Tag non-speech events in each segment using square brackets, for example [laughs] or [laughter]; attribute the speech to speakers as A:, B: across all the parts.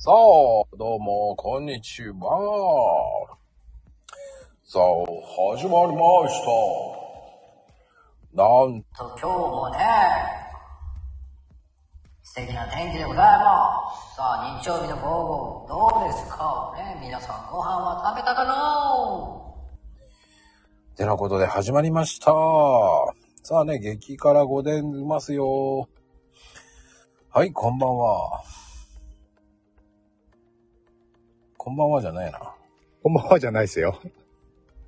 A: さあ、どうも、こんにちは。さあ、始まりました。なん
B: と今日もね、素敵な天気でございます。さあ、日曜日の午後、どうですかね皆さんご飯は食べたかな
A: てなことで始まりました。さあね、激辛5伝いますよ。はい、こんばんは。こんばんはじゃないな。
C: こんばんはじゃないですよ。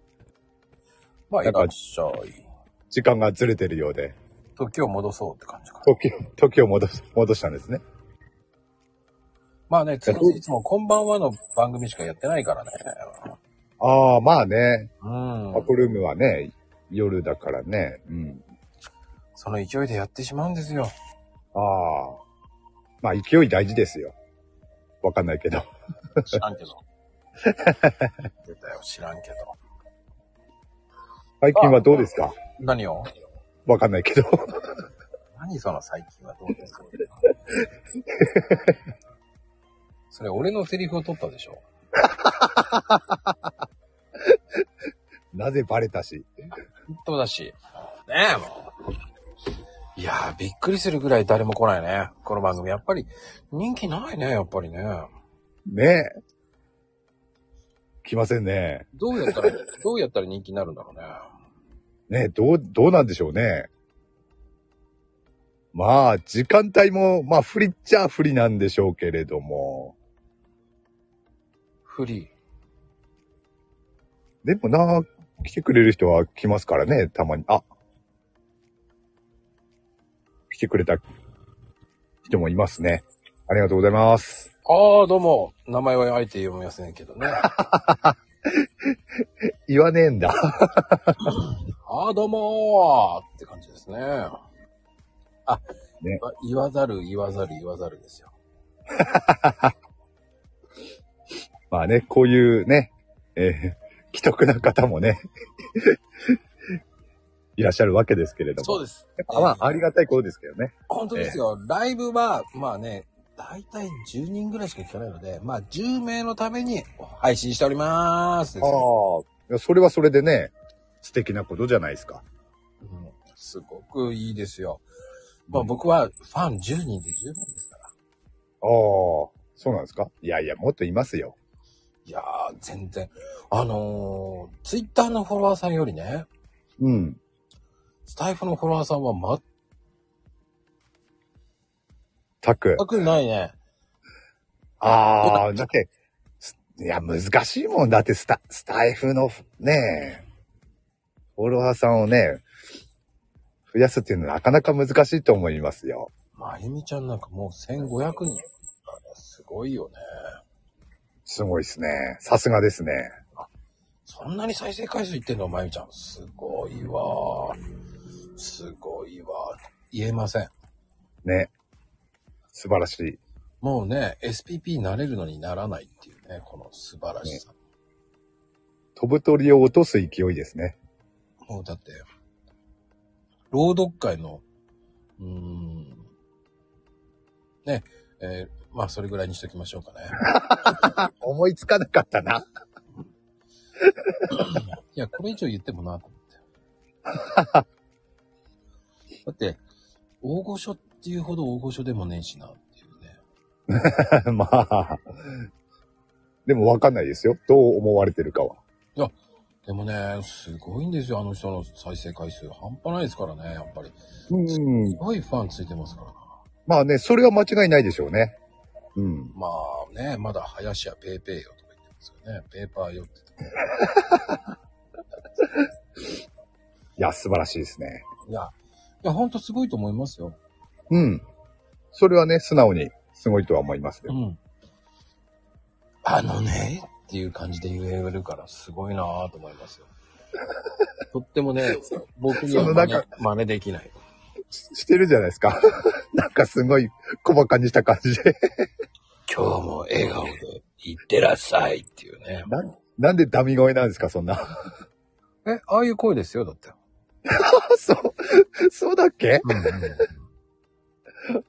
C: [laughs]
A: まあ、
C: ないんから
A: っしゃい。
C: 時間がずれてるようで。
A: 時を戻そうって感じか。
C: 時を、時を戻す、戻したんですね。
A: まあね、ついついいつもこんばんはの番組しかやってないからね。
C: ああ、まあね。
A: うん
C: アッ。プルームはね、夜だからね。うん。
A: その勢いでやってしまうんですよ。
C: ああ。まあ勢い大事ですよ。わかんないけど。 [laughs]
A: 知らんけど。出たよ、知らんけど。
C: 最近はどうですか
A: 何を
C: わかんないけど。 [laughs]
A: 何その最近はどうですかそれ俺のセリフを取ったでしょ
C: なぜバレたし。
A: 本当だし。ねえ、もう。いやー、びっくりするぐらい誰も来ないね。この番組。やっぱり人気ないね、やっぱりね。
C: ねえ。来ませんね。
A: どうや [laughs] ったら、どうやったら人気になるんだろうね。
C: ねえ、どう、どうなんでしょうね。まあ、時間帯も、まあ、不利っちゃ不利なんでしょうけれども。
A: フリー。
C: でもな、来てくれる人は来ますからね、たまに。あ来てくれた人もいますね。ありがとうございます。
A: ああ、どうも。名前はあえて読みませんけどね。あ
C: 言わねえんだ。 [laughs]
A: あ、どうもーって感じですね。あ、
C: ね
A: わ言わざる、言わざる、言わざるですよ。
C: まあね、こういうね、えー、既得な方もね、 [laughs] いらっしゃるわけですけれども。
A: そう
C: で
A: です。
C: まあ、ありがたいことですけどね。
A: 本当ですよ。ライブは、まあね、だいたい10人ぐらいしか聞かないので、まあ10名のために配信しておりますですよ
C: ああ。それはそれでね、素敵なことじゃないですか。
A: うんすごくいいですよ。まあ僕はファン10人で十分ですから。
C: ああ、そうなんですかいやいや、もっといますよ。
A: いやー、全然。あのー、ツイッターのフォロワーさんよりね、
C: うん。
A: スタイフのフォロワーさんは
C: たく。
A: 全くないね。
C: ああ、だって、すいや、難しいもん。だってスタ、スタイフの、ねえ、フォロワーさんをね、増やすっていうのはなかなか難しいと思いますよ。
A: まゆみちゃんなんかもう1500人。すごいよね。
C: すごいですね。さすがですね。
A: そんなに再生回数いってんのまゆみちゃん。すごいわ。すごいわ。言えません。
C: ね。素晴らしい。
A: もうね、SPP になれるのにならないっていうね、この素晴らしさ。
C: 飛ぶ鳥を落とす勢いですね。
A: もうだって、朗読会の、うーん、ね、えーまあそれぐらいにしときましょうかね。
C: 思いつかなかったな。
A: いや、これ以上言ってもなと思って。だって、大御所っていうほど大御所でもねえしなっていうね。
C: [laughs] まあ。でもわかんないですよ。どう思われてるかは。
A: でもね、すごいんですよ、あの人の再生回数。半端ないですからね、やっぱり。
C: うん
A: す。ごいファンついてますからな。
C: まあね、それは間違いないでしょうね。うん。
A: まあね、まだ林家ペーペーよとか言ってますよね。ペーパーよって言って
C: いや、素晴らしいですね。
A: いや、いや、ほんとすごいと思いますよ。
C: うん。それはね、素直にすごいとは思います
A: う
C: よ。
A: ん。あのね、っていう感じで言えるから、すごいなぁと思いますよ。とっても [laughs] ね、僕には
C: その
A: 真似
C: なん
A: 真似できない。
C: ししてるじゃないですか。 [laughs] なんかすごい小馬鹿にした感じで。 [laughs]
A: 今日も笑顔で、いってらっしゃいっていうね。
C: なんなんでダミ声なんですか、そんな。 [laughs]
A: え、ああいう声ですよ、だって。
C: あそう、そうだっけ [laughs]
A: うん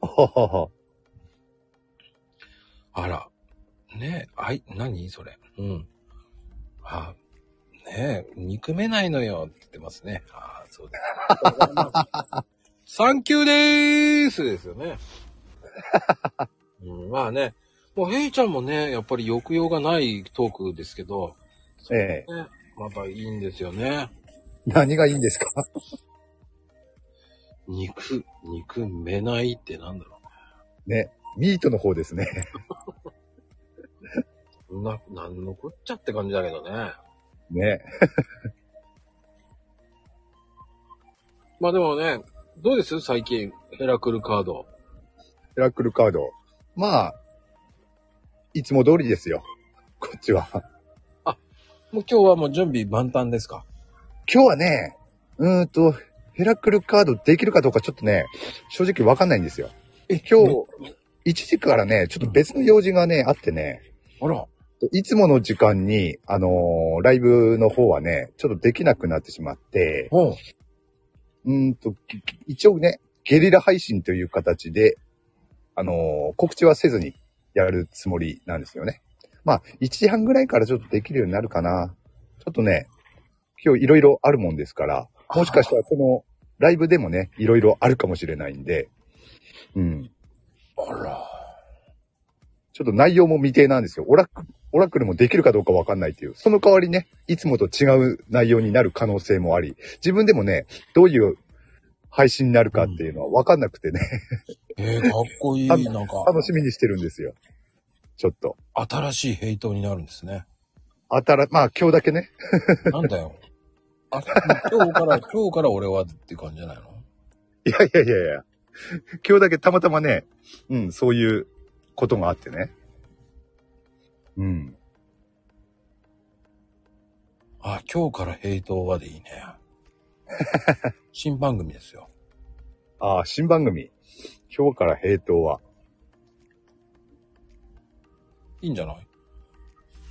C: あはは
A: あら、ねえ、はい、何それ。うん。あ、ねえ、憎めないのよって言ってますね。ああ、そうです。サンキューでーすですよね。うん、まあね、もうヘイちゃんもね、やっぱり抑揚がないトークですけど、
C: ええ。
A: ね、またいいんですよね。
C: 何がいいんですか [laughs]
A: 肉、肉めないってなんだろ
C: ね。ミートの方ですね。 [laughs]
A: う。な、なんのこっちゃって感じだけどね。
C: ね。
A: まあでもね、どうです最近、ヘラクルカード。
C: ヘラクルカード。まあ、いつも通りですよ。こっちは。
A: もう今日はもう準備万端ですか
C: 今日はね、うーんと、ヘラクルカードできるかどうかちょっとね、正直わかんないんですよ。
A: え
C: 今日、1時からね、ちょっと別の用事がね、あってね、
A: あら。
C: いつもの時間に、あのーライブの方はね、ちょっとできなくなってしまって、
A: おう
C: うーんと、きき一応ね、ゲリラ配信という形で、あのー告知はせずにやるつもりなんですよね。まあ、1時半ぐらいからちょっとできるようになるかな。ちょっとね、今日いろいろあるもんですから、もしかしたらこのライブでもね、いろいろあるかもしれないんで、うん。
A: あら。
C: ちょっと内容も未定なんですよ。オラクオラクルもできるかどうかわかんないっていう。その代わりね、いつもと違う内容になる可能性もあり、自分でもね、どういう配信になるかっていうのはわかんなくてね、
A: えー、かっこいい。な
C: あ
A: んか、
C: 楽しみにしてるんですよ。ちょっと。
A: 新しいヘイトになるんです [laughs] ね。
C: あたら、まあ今日だけね。
A: なんだよ。あ今日から、今日から俺はっていう感じじゃないの
C: いやいやいやいや。今日だけたまたまね、うん、そういうことがあってね。うん。
A: あ、今日からヘイトはでいい [laughs] ね。新番組ですよ。
C: ああ、新番組。今日から平等は。
A: いいんじゃない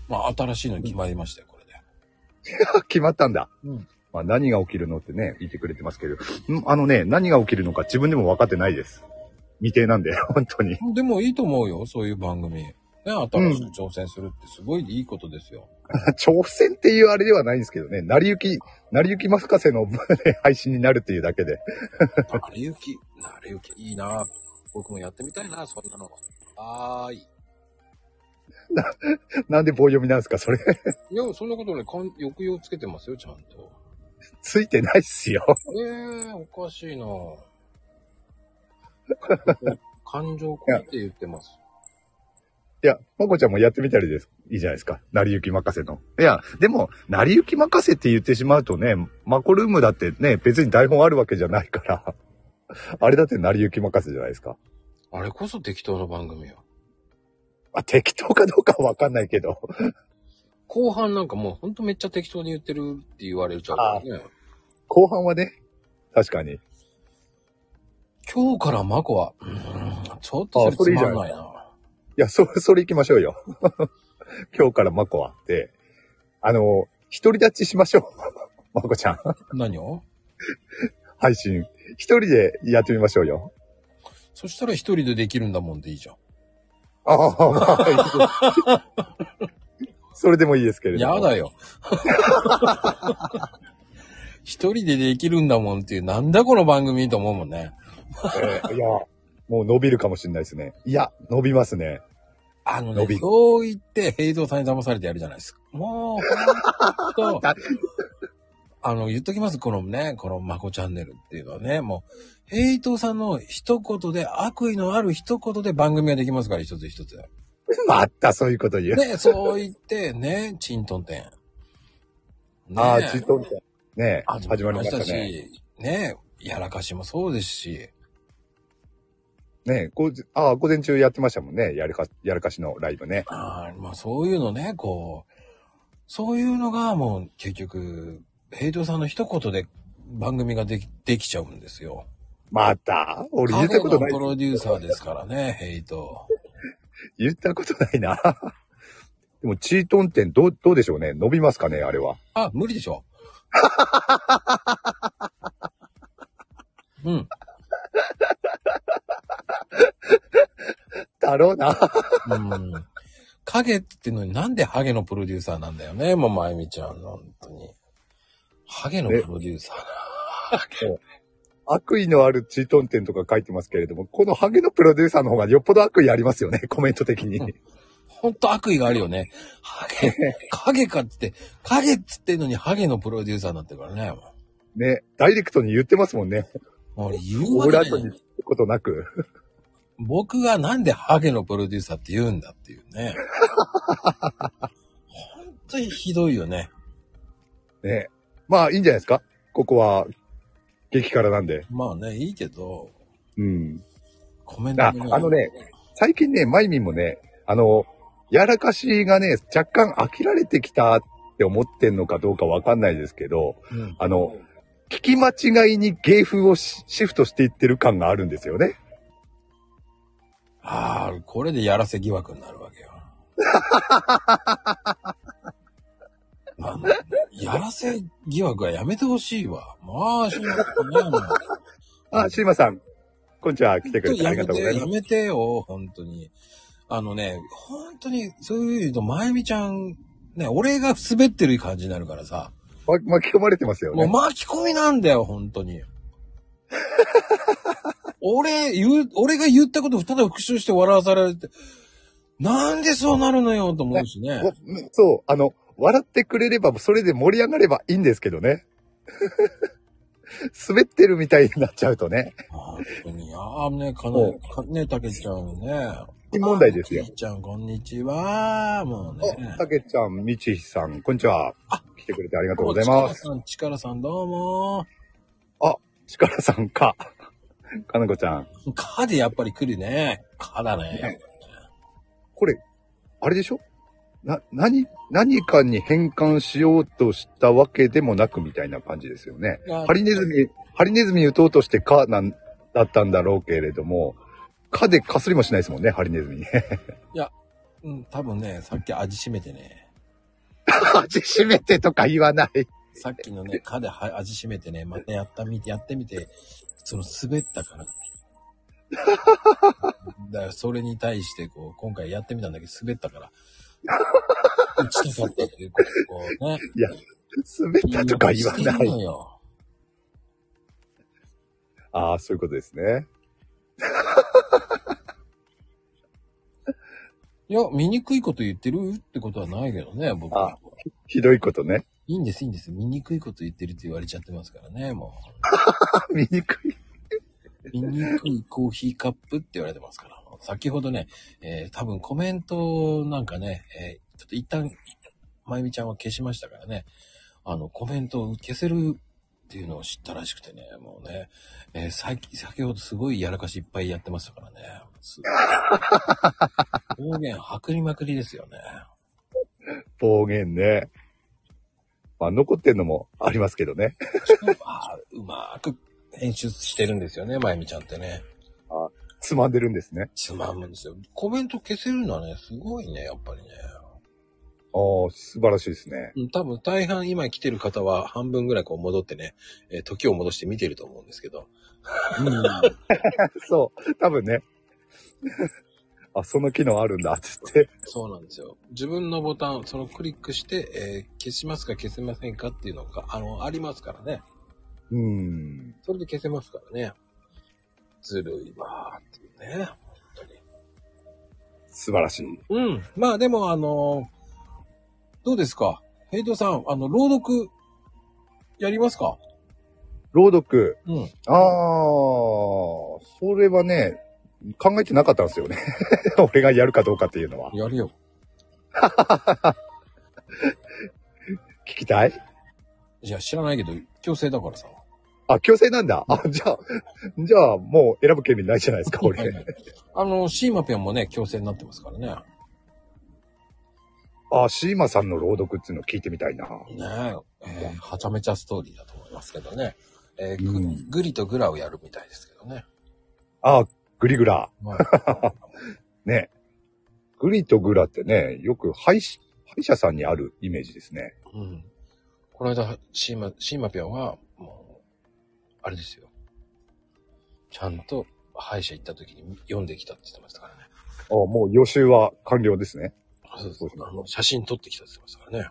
A: まあ、新しいのに決まりましたよ、これで。
C: あ [laughs] 決まったんだ。
A: うん
C: まあ、何が起きるのってね、言ってくれてますけど、んあのね、何が起きるのか自分でも分かってないです。未定なんで、 [laughs] 本当に。
A: でもいいと思うよ、そういう番組。ね、新しく挑戦するってすごいいいことですよ。
C: 挑戦っていうあれではないんですけどね、成り行き、成り行きマスカセの [laughs] 配信になるっていうだけで。
A: なれゆき、なれゆき、いいな僕もやってみたいな、そんなの。はーい。
C: なんで棒読みなんですかそれ。
A: いや、そんなことね、かん抑揚つけてますよ、ちゃんと。
C: ついてないっすよ。 [laughs]
A: ええおかしいな [laughs] ぁ感情込めて言ってます。
C: いや、まこちゃんもやってみたりです。いいじゃないですか。成り行き任せの。いや、でも、成り行き任せって言ってしまうとね、マコルームだってね、別に台本あるわけじゃないから。 [laughs] あれだって成り行き任せじゃないですか。
A: あれこそ適当な番組よ。
C: まあ、適当かどうかはわかんないけど。 [laughs]
A: 後半なんかもうほんとめっちゃ適当に言ってるって言われちゃうからね。
C: 後半はね、確かに。
A: 今日からマコは、うーんちょっとそれつまんないな。
C: いや、そ、それ行きましょうよ。 [laughs] 今日からマコはって。あの、独り立ちしましょう。 [laughs] マコちゃん。
A: 何を
C: 配信。一人でやってみましょうよ。
A: そしたら一人でできるんだもんでいいじゃん。
C: ああ、まあいいです [laughs] それでもいいですけれども。
A: やだよ。 [laughs] 一人でできるんだもんっていう、なんだこの番組と思うもんね。
C: えーいや、もう伸びるかもしれないですね。いや、伸びますね。
A: あの
C: 伸
A: ね、
C: び
A: そう言って、平蔵さんに騙されてやるじゃないですか。もう、ほ
C: [laughs]
A: んと
C: だ。
A: あの、言っときます。このね、このまこチャンネルっていうのはね、もう、平蔵さんの一言で、悪意のある一言で番組ができますから、一つ一つ。
C: またそういうこと言う。
A: ね、そう言って、ね、チントン店。ね
C: ああ、ちっとみたい。ねえ始まりました
A: し
C: ね。
A: ね、やらかしもそうですし、
C: ねえごじああ、午前中やってましたもんね。やるか、やるかしのライブね。
A: あーまあそういうのね、こう、そういうのがもう結局、平等さんの一言で番組ができできちゃうんですよ。
C: また俺言
A: 彼
C: ったこと
A: の
C: ない
A: プ。ロデューサーですからね、平等。
C: 言ったことない [laughs] な。でも、チートン店、どう、どうでしょうね。伸びますかね、あれは。
A: あ、無理でしょ。 [laughs] うん、
C: だろうな。 [laughs]
A: うん。影ってのになんでハゲのプロデューサーなんだよね、もうまゆみちゃん、本当に。ハゲのプロデューサー
C: 悪意のあるチートン店とか書いてますけれども、このハゲのプロデューサーの方がよっぽど悪意ありますよね、コメント的に。 [laughs]
A: ほんと悪意があるよね。ハゲ、影かっつって、影っつってんのにハゲのプロデューサーになってるからね。
C: ね、ダイレクトに言ってますもんね。 [laughs]
A: もう言う
C: オ
A: わ
C: ブ
A: け
C: ラ
A: な
C: ート
A: い
C: に
A: の
C: 聞
A: に。
C: くことなく。 [laughs]
A: 僕がなんでハゲのプロデューサーって言うんだっていうね。本当にひどいよね。
C: ね。まあ、いいんじゃないですかここは、激辛なんで。
A: まあね、いいけど、
C: うん。
A: コメント
C: あ
A: に、
C: あのね、最近ね、マイミンもね、あの、やらかしがね、若干飽きられてきたって思ってんのかどうかわかんないですけど、
A: うん、
C: あの、聞き間違いに芸風をシシフトしていってる感があるんですよね。
A: ああ、これでやらせ疑惑になるわ
C: [laughs]
A: けよ。あのやらせ疑惑はやめてほしいわ。まあ、しなくてね。もう
C: あ、シーマさん、こんにちは、来てくれて
A: や
C: あり
A: め
C: がとう
A: て
C: ございま
A: やめ
C: す。
A: てよ、本当に。あのね、本当に、そういう意味で言うと、まゆみちゃん、ね、俺が滑ってる感じになるからさ、
C: ま巻き込まれてますよ
A: もう
C: ね。
A: 巻き込みなんだよ、本当に。 [laughs] 俺、言う、俺が言ったことをただ復習して笑わされるって、なんでそうなるのよ、と思うしね。
C: おそう、あの、笑ってくれれば、それで盛り上がればいいんですけどね。 [laughs] 滑ってるみたいになっちゃうとね。
A: 本当に、ああ、ね、かなり、かね、たけちゃんね。
C: 問題ですよ
A: たけちゃん、こんにちは。もうね
C: お。たけちゃん、みちひさん、こんにちは。来てくれてありがとうござい
A: 力
C: ます。
A: さん、チカラさん、どうも。
C: チカラさんか。 [laughs] かなこちゃん。
A: かでやっぱり来るね。かだね
C: ね。これ、あれでしょな、何、何かに変換しようとしたわけでもなくみたいな感じですよね。
A: あ
C: ハリネズミ、ハリネズミ打とうとしてかなん、だったんだろうけれども、かでかすりもしないですもんね、ハリネズ [laughs] ミね。
A: うん、多分ね、さっき味しめてね。
C: 味しめてとか言わない。
A: さっきのね、かでは味しめてね、またやったみて、やってみて、その滑った
C: [laughs]
A: から。だからそれに対して、こう、今回やってみたんだけど、滑った
C: [laughs]
A: から。打ちたかったっていうことをこうね。
C: [laughs] 滑ったとか言わ
A: 言い
C: な
A: 訳してん
C: い。
A: のよ
C: ああ、そういうことですね。
A: いや、醜いこと言ってるってことはないけどね、僕は
C: あ。ひどいことね。 [laughs]
A: いいんです、いいんです。醜いこと言ってるって言われちゃってますからね、もう。
C: あ、見にくい。
A: 醜いコーヒーカップって言われてますから。先ほどね、えー多分コメントなんかね、えーちょっと一旦、まゆみちゃんは消しましたからね、あの、コメントを消せるっていうのを知ったらしくてね、もうね、えー最近、先ほどすごいやらかしいっぱいやってましたからね。す方言はりまくりですよね。
C: 暴言ね。まあ、残ってんのもありますけどね。 [laughs]
A: まあ、うまく編集してるんですよね、まゆみちゃんってね。
C: つまんでるんですね。
A: つまむんですよ。コメント消せるのはね、すごいね、やっぱりね。
C: ああ、素晴らしいですね。
A: うん多分大半今来てる方は半分ぐらいこう戻ってね、えー時を戻して見てると思うんですけど。
C: そう、多分ね。 [laughs] あ、その機能あるんだって言って。
A: [laughs] そうなんですよ。自分のボタン、そのクリックして、えー消しますか消せませんかっていうのが、あの、ありますからね。
C: うーん。
A: それで消せますからね。ずるいわーっていうね。本当に。
C: 素晴らしい。
A: うん。まあでも、あのーどうですかヘイトさん、あの、朗読、やりますか
C: 朗読。
A: うん。
C: ああ、それはね、考えてなかったんですよね。 [laughs] 俺がやるかどうかっていうのは。
A: やるよ。
C: 聞きたい
A: いや、知らないけど、強制だからさ。
C: あ、強制なんだ。あ、じゃあ、じゃあ、もう選ぶ権利ないじゃないですか、
A: はい [laughs] は
C: 俺。
A: いあの、シーマピョンもね、強制になってますからね。
C: あ、シーマさんの朗読っていうの聞いてみたいな。
A: ねえ、えーはちゃめちゃストーリーだと思いますけどね。えー
C: う
A: ぐ
C: ん
A: グリとグラをやるみたいですけどね。
C: あ、グリグラ。
A: まあ、
C: ね。グリとグラってね、よく歯医師歯医者さんにあるイメージですね。
A: [laughs] うん。この間、シーマ、シーマピョンは、もう、あれですよ。ちゃんと、歯医者行った時に読んできたって言ってましたからね。
C: あもう予習は完了ですね。
A: そうそうあの写真撮ってきたって言ってましたからね。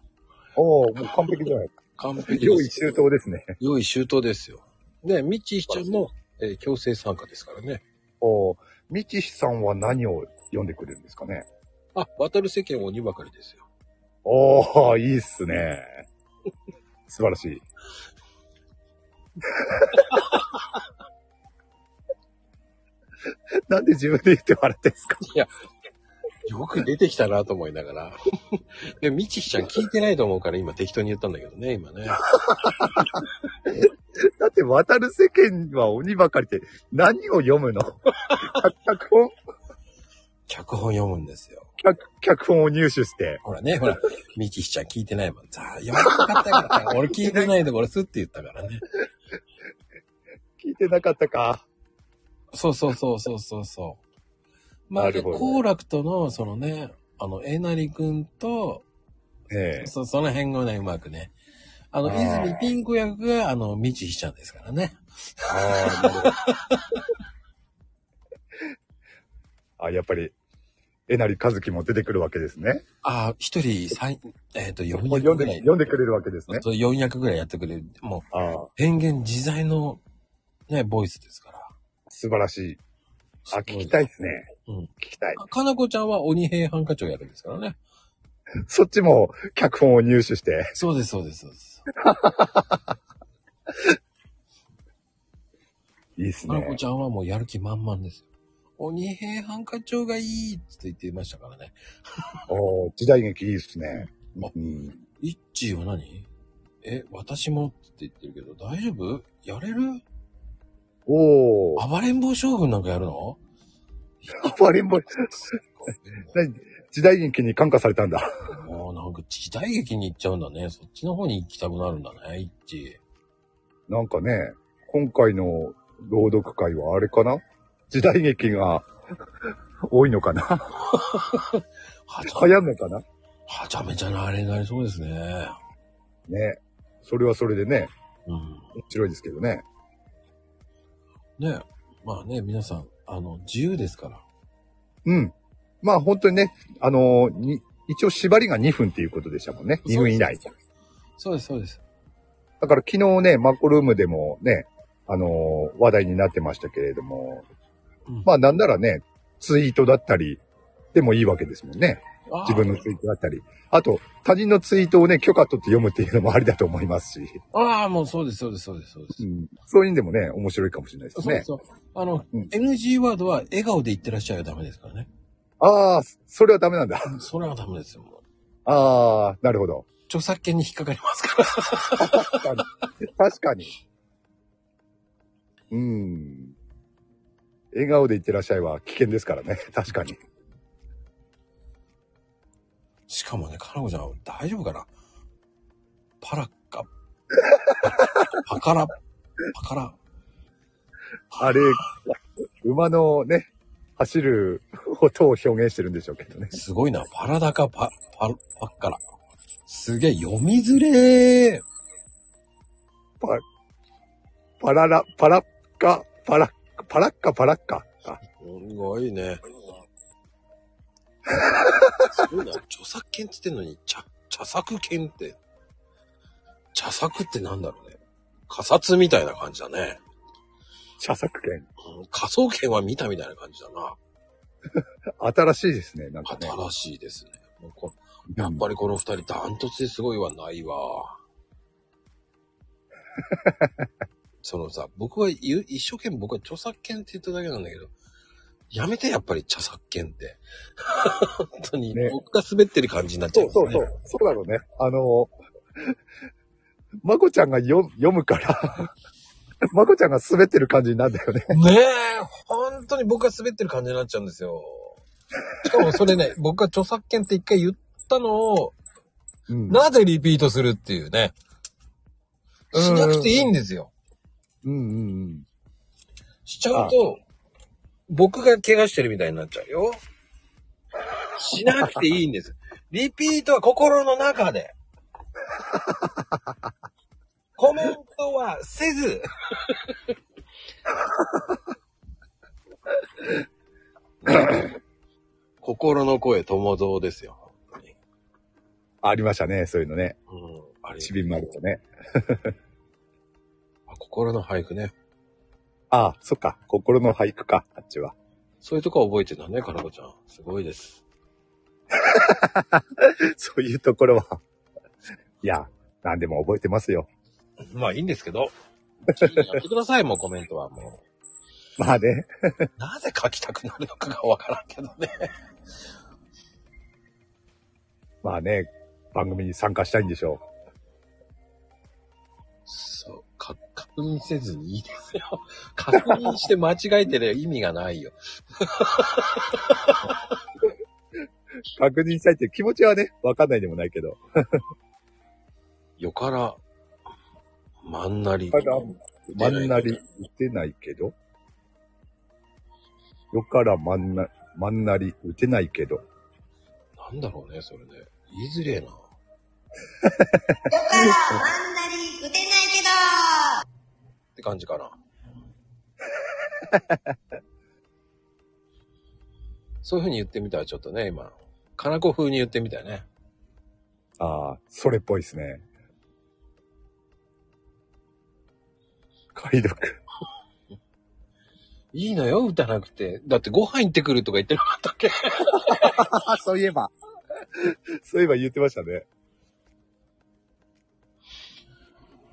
C: おおもう完璧じゃないですか。
A: 完璧
C: 用
A: で
C: 意
A: す。
C: 周到ですね。
A: 用意周到ですよ。で、ミッチーちゃんも、えー強制参加ですからね。
C: おおみちひさんは何を読んでくれるんですかね
A: あ、渡る世間鬼ばかりですよ。
C: おおいいっすね。素晴らし [laughs] い。なんで自分で言って笑ってんすか
A: よく出てきたなと思いなが [laughs] ら。で、ミチヒちゃん聞いてないと思うから今適当に言ったんだけどね、今ね。
C: だって渡る世間は鬼ばかりって何を読む [laughs] の脚本
A: 脚本読むんですよ。
C: 脚脚本を入手して。
A: ほらね、ほら、ミチヒちゃん聞いてないもん。さあ、読まなかったから。俺聞いてないところスって言ったからね。
C: 聞いてなかったか。
A: そうそうそうそうそうそう。まあ、
C: な
A: で
C: るほどね
A: コーラクとの、そのね、あの、えなりくんと、
C: ええ。
A: そ、その辺がね、うまくね。あの、
C: あー
A: 泉ピン子役が、あの、ミチヒちゃんですからね。
C: ああ、なるほど [laughs] あ、やっぱり、えなりかずきも出てくるわけですね。
A: ああ、一人、三、えっ、と、4
C: もう
A: 役
C: 読ん
A: ぐら
C: で、
A: い。
C: 読んでくれるわけですね。
A: そう4役ぐらいやってくれる。もう、
C: ああ、
A: 変幻自在の、ね、ボイスですから。
C: 素晴らしい。あ、聞きたいですね。
A: うん
C: 聞きたい。
A: か。かなこちゃんは鬼平犯科長やるんですからね。
C: そっちも脚本を入手して。
A: そうです、そうです、そうです。
C: いいです
A: かなこ
C: ね。
A: ちゃんはもうやる気満々ですよ。鬼平犯科長がいいって言ってましたからね。
C: おー時代劇いいですね。うん。
A: イッチーは何え、私もって言ってるけど、大丈夫やれる
C: おお。
A: 暴れん坊将軍なんかやるの
C: 暴れん坊。何時代劇に感化されたんだ。
A: もうなんか時代劇に行っちゃうんだね。そっちの方に行きたくなるんだね、イッチ
C: なんかね、今回の朗読会はあれかな時代劇が [laughs] 多いのかな
A: ー。はちゃ
C: 流行んのかな
A: はちゃめちゃなあれになりそうですね。
C: ね。それはそれでね、
A: うん。
C: 面白いですけどね。
A: ねまあね、皆さん、あの、自由ですから。
C: うん。まあ本当にね、あのーに、一応縛りが2分っていうことでしたもんね。2分以内。
A: そうです、そうです。
C: だから昨日ね、マコルームでもね、あのー話題になってましたけれども、
A: うん
C: まあなんならね、ツイートだったりでもいいわけですもんね。
A: あ
C: 自分のツイートだったり。あと、他人のツイートをね、許可取って読むっていうのもありだと思いますし、
A: ああ、もうそうです、そうです、そうです、そうです。
C: うん、そういう意味でもね、面白いかもしれないです
A: そう
C: ね。
A: そう。あの、
C: うん
A: NG ワードは笑顔で言ってらっしゃいはダメですからね。
C: ああ、それはダメなんだ。
A: それはダメですよ、もう。
C: ああ、なるほど。
A: 著作権に引っかかりますから。
C: 確かに。確かに。うん。笑顔で言ってらっしゃいは危険ですからね。確かに。
A: しかもね、かなこちゃん、大丈夫かなパラッカ。パカラ。パカラ。
C: あれ、馬のね、走る音を表現してるんでしょうけどね。
A: すごいな。パラダカパ、パ、パッカラ。すげえ、読みづれー。
C: パ、パララ、パラッカ、パラッ、パラッカ、パラッカ。あ
A: すごいね。すごいな。著作権って言ってんのに、茶、茶作権って。茶作ってなんだろうね。仮札みたいな感じだね。
C: 著作権。
A: うん仮想権は見たみたいな感じだな。
C: 新しいですね、なんかね。
A: 新しいですね。もうこやっぱりこの二人ダントツですごいはない
C: [laughs]
A: わ。そのさ、僕は言う一生懸命僕は著作権って言っただけなんだけど、やめてやっぱり著作権って。本当に、
C: ね
A: 僕が滑ってる感じになっちゃ、
C: そううそうそう。そうだろうね。あの、まこちゃんが読読むから、 [laughs] まこちゃんが滑ってる感じになるんだよね。
A: ねえ、本当に僕が滑ってる感じになっちゃうんですよ。しかもそれ
C: [laughs]
A: ね、僕が著作権って一回言ったのを、
C: うん
A: なぜリピートするっていうね。しなくていいんですよ。
C: うんうんうん。
A: しちゃうと、僕が怪我してるみたいになっちゃうよ。しなくていいん [laughs] です。リピートは心の中で。コメントはせず。心の声、友蔵ですよ。本当に
C: ありましたね、そういうのね。
A: うん。あれ
C: ちびまるとね。
A: あ心の俳句ね。
C: ああ、そっか。心の俳句か、あっちは。 [laughs]
A: そういうとこ覚えてたね、かなこちゃん。すごいです。
C: そういうところは。 [laughs] いや、何でも覚えてますよ。
A: まあいいんですけど。やってください、もうコメントはも
C: まあね。
A: う。なぜ書きたくなるのかがわからんけどね。
C: まあね。番組に参加したいんでしょ
A: そう、か、確認せずにいいですよ。 [laughs] 確認して間違えてる意味がないよ。
C: う。確認したいっていう気持ちはね、わかんないでもないけど。
A: よから、真んなり。
C: ただ、真んなり、打てないけど。よから真んな、真んなり、打てないけど。
A: なんだろうね、それね。言いづれえな。
D: だから、あんなに打てないけど
A: って感じかな。 [laughs] そういう風に言ってみたらちょっとね、今。かなこ風に言ってみたね。
C: ああ、それっぽいですね。解読。
A: いいのよ、歌なくて。だってご飯行ってくるとか言ってなかったっけ
C: あ、そういえば。 [laughs] そういえば言ってましたね。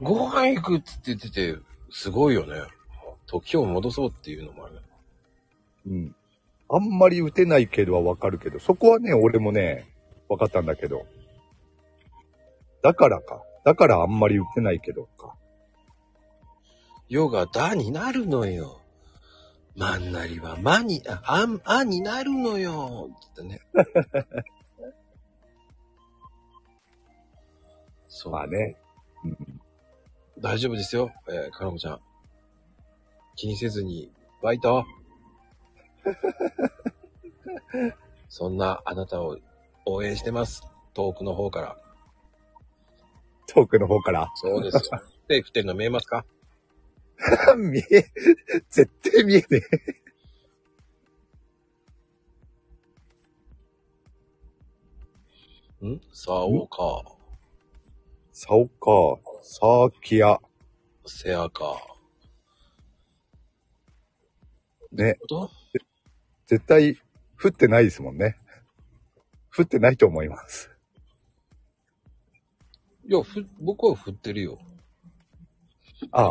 A: ご飯行くっつって言ってて、すごいよね。時を戻そうっていうのもある。
C: うん。あんまり打てないけどはわかるけど、そこはね、俺もね、わかったんだけど。だからか。だからあんまり打てないけどか。
A: ヨがだになるのよ。まんなりはまに、あ、あん、あになるのよ。ってね。そう。
C: まあね。
A: 大丈夫ですよ。えー、かなこちゃん。気にせずに、バイト。 [laughs] そんなあなたを応援してます。遠くの方から。
C: 遠くの方から。
A: そうですよ。手振ってるの見えますか
C: 見え、絶対見えねえ。
A: んさおか、
C: サオか、サーキア、
A: せやか。
C: ね、
A: と
C: 絶対降ってないですもんね。降ってないと思います。
A: いや、ふ、僕は振ってるよ。
C: ああ。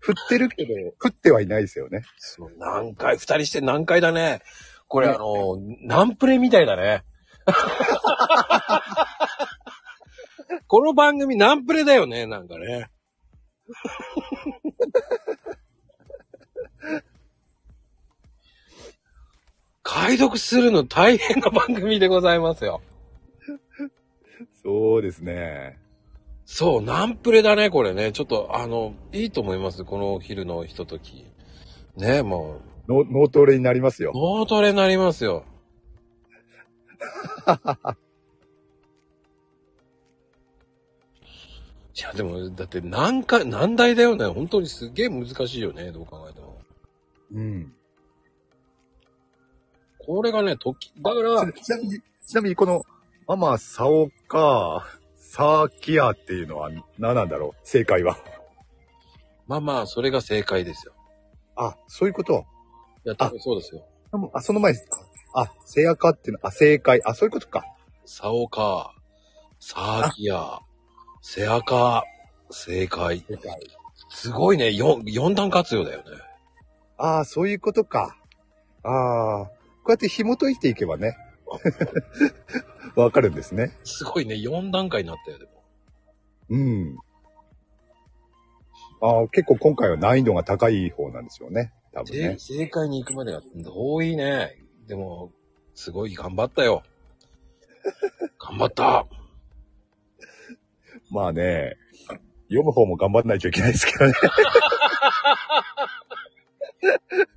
C: 降ってるけど、降ってはいないですよね。
A: そう何回、二人して何回だね。これ、あの、ナンプレみたいだ [laughs] ね。この番組ナンプレだよね、なんかね。解読するの大変な番組でございますよ。
C: そうですね。
A: そう、ナンプレだね、これね。ちょっと、あの、いいと思います。このお昼のひととき。ね、もう、
C: 脳脳トレになりますよ。
A: 脳トレになります
C: [laughs]
A: よ。いや、でも、だって何回、難題だよね。本当にすげえ難しいよね。どう考えても。
C: うん。
A: これがね、時、だか
C: ち
A: ら
C: な、ちなみに、ちなみにこの、ママ、サオか、サーキアっていうのは何なんだろう正解は。
A: まあまあ、それが正解ですよ。
C: あ、そういうこと。
A: いや、
C: あ
A: そうですよ。
C: あ、その前に、あ、セアカっていうの、あ、正解。あ、そういうことか。
A: サオカ、サーキア、セアカ、正解。
C: 正解。
A: すごいね。四、四段活用だよね。
C: ああ、そういうことか。ああ、こうやって紐解いていけばね。 [laughs] わかるんですね。
A: すごいね。四段階になったよ、でも。
C: うん。ああ、結構今回は難易度が高い方なんですよね。多分
A: 正
C: ね。
A: 正解に行くまでが遠いね。でも、すごい頑張った [laughs] よ。頑張った
C: まあね、読む方も頑張らないといけないですけどね。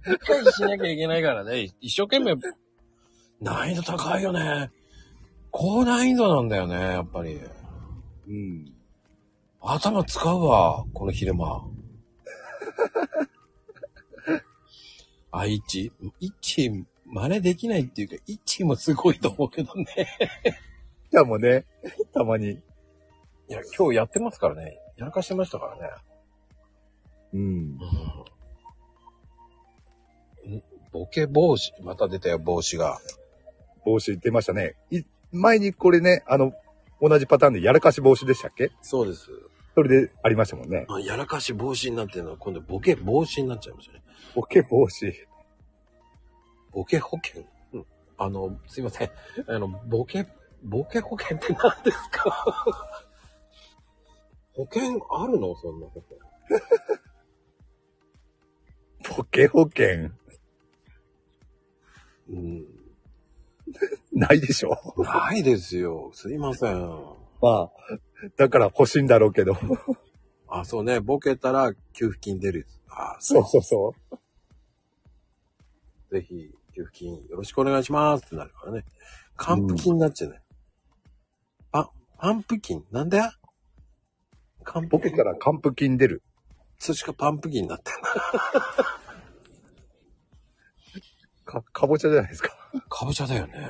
A: 理解しなきゃいけないからね。一生懸命、難易度高いよね。高難易度なんだよね、やっぱり。
C: うん。
A: 頭使うわ、この昼 [laughs] 間。あ、イッチイッチ真似できないっていうか、イッチもすごいと思うけどね。
C: ちゃんもね、たまに。
A: いや、今日やってますからね。やらかしてましたからね。
C: うん。
A: うんんボケ帽子、また出たよ、帽子が。
C: 帽子出ましたね。い前にこれね、あの、同じパターンでやらかし帽子でしたっけ
A: そうです。
C: それでありましたもんね。
A: あやらかし帽子になってるのは、今度ボケ帽子になっちゃいましたね。
C: ボケ帽子。
A: ボケ保険。うんあの、すいません。あの、ボケ、ボケ保険って何ですか [laughs] 保険あるのそんなこと。
C: ボケ保険
A: うん。
C: ないでしょ。
A: ないですよ。すいません。
C: まあ、だから欲しいんだろうけ [laughs] ど。
A: あ、そうね。ボケたら給付金出る。あ、。
C: そうそうそう
A: ぜひ、給付金よろしくお願いしますってなるからね。還付金になっちゃうね。あ、パンプキンなんで還
C: う。ボケ
A: 付
C: か
A: 金
C: ら還付金出る。
A: それしかパンプキンになってん
C: か、かぼちゃじゃないですか。
A: だ。かぼちゃだよね。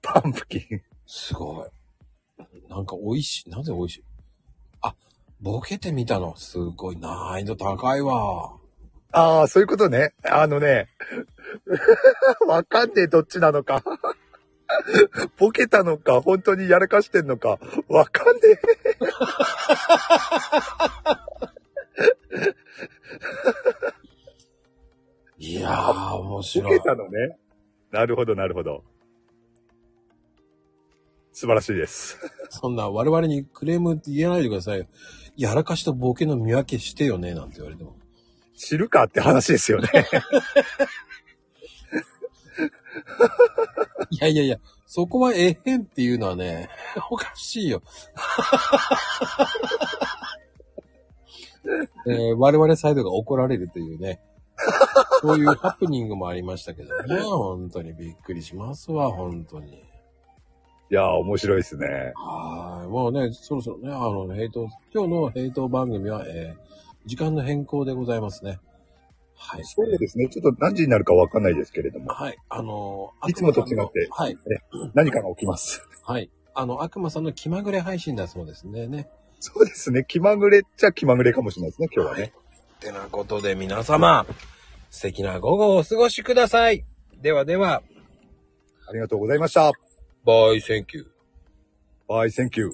C: 還付金。
A: すごい。なんか美味しい。なぜ美味しいあ、ボケてみたの。すごい。難易度高いわ。
C: ああ、そういうことね。あのね、 [laughs] わかんねえどっちなのか。 [laughs] ボケたのか、本当にやらかしてんのか、わかんねえ。
A: いやー、面
C: ボ
A: 白
C: ケ
A: い。
C: たのね。なるほど、なるほど。素晴らしいです。
A: そんな我々にクレームって言えないでくださいよ。やらかしとボケの見分けしてよね、なんて言われても。
C: 知るかって話ですよね。 [laughs]
A: いやいやいや、そこはええへんっていうのはね、 [laughs] おかしいよ。 [laughs] えー我々サイドが怒られるというね。そういうハプニングもありましたけどね。本当にびっくりしますわ、本当に。
C: いやー、面白いですね。
A: はい。もうね、そろそろね、あの、ヘイト、今日のヘイト番組は、えー時間の変更でございますね。はい。
C: そうですね。ちょっと何時になるかわかんないですけれども、
A: はい。あの
C: いつもと違って
A: はい。
C: 何かが起きます。
A: はい。あの、悪魔さんの気まぐれ配信だそうですね。ね。
C: そうですね。気まぐれっちゃ気まぐれかもしれないですね、今日はね。
A: ってなことで皆様、素敵な午後をお過ごしください。ではでは、
C: ありがとうございました。
A: バイセンキュー。
C: バイ、センキュー。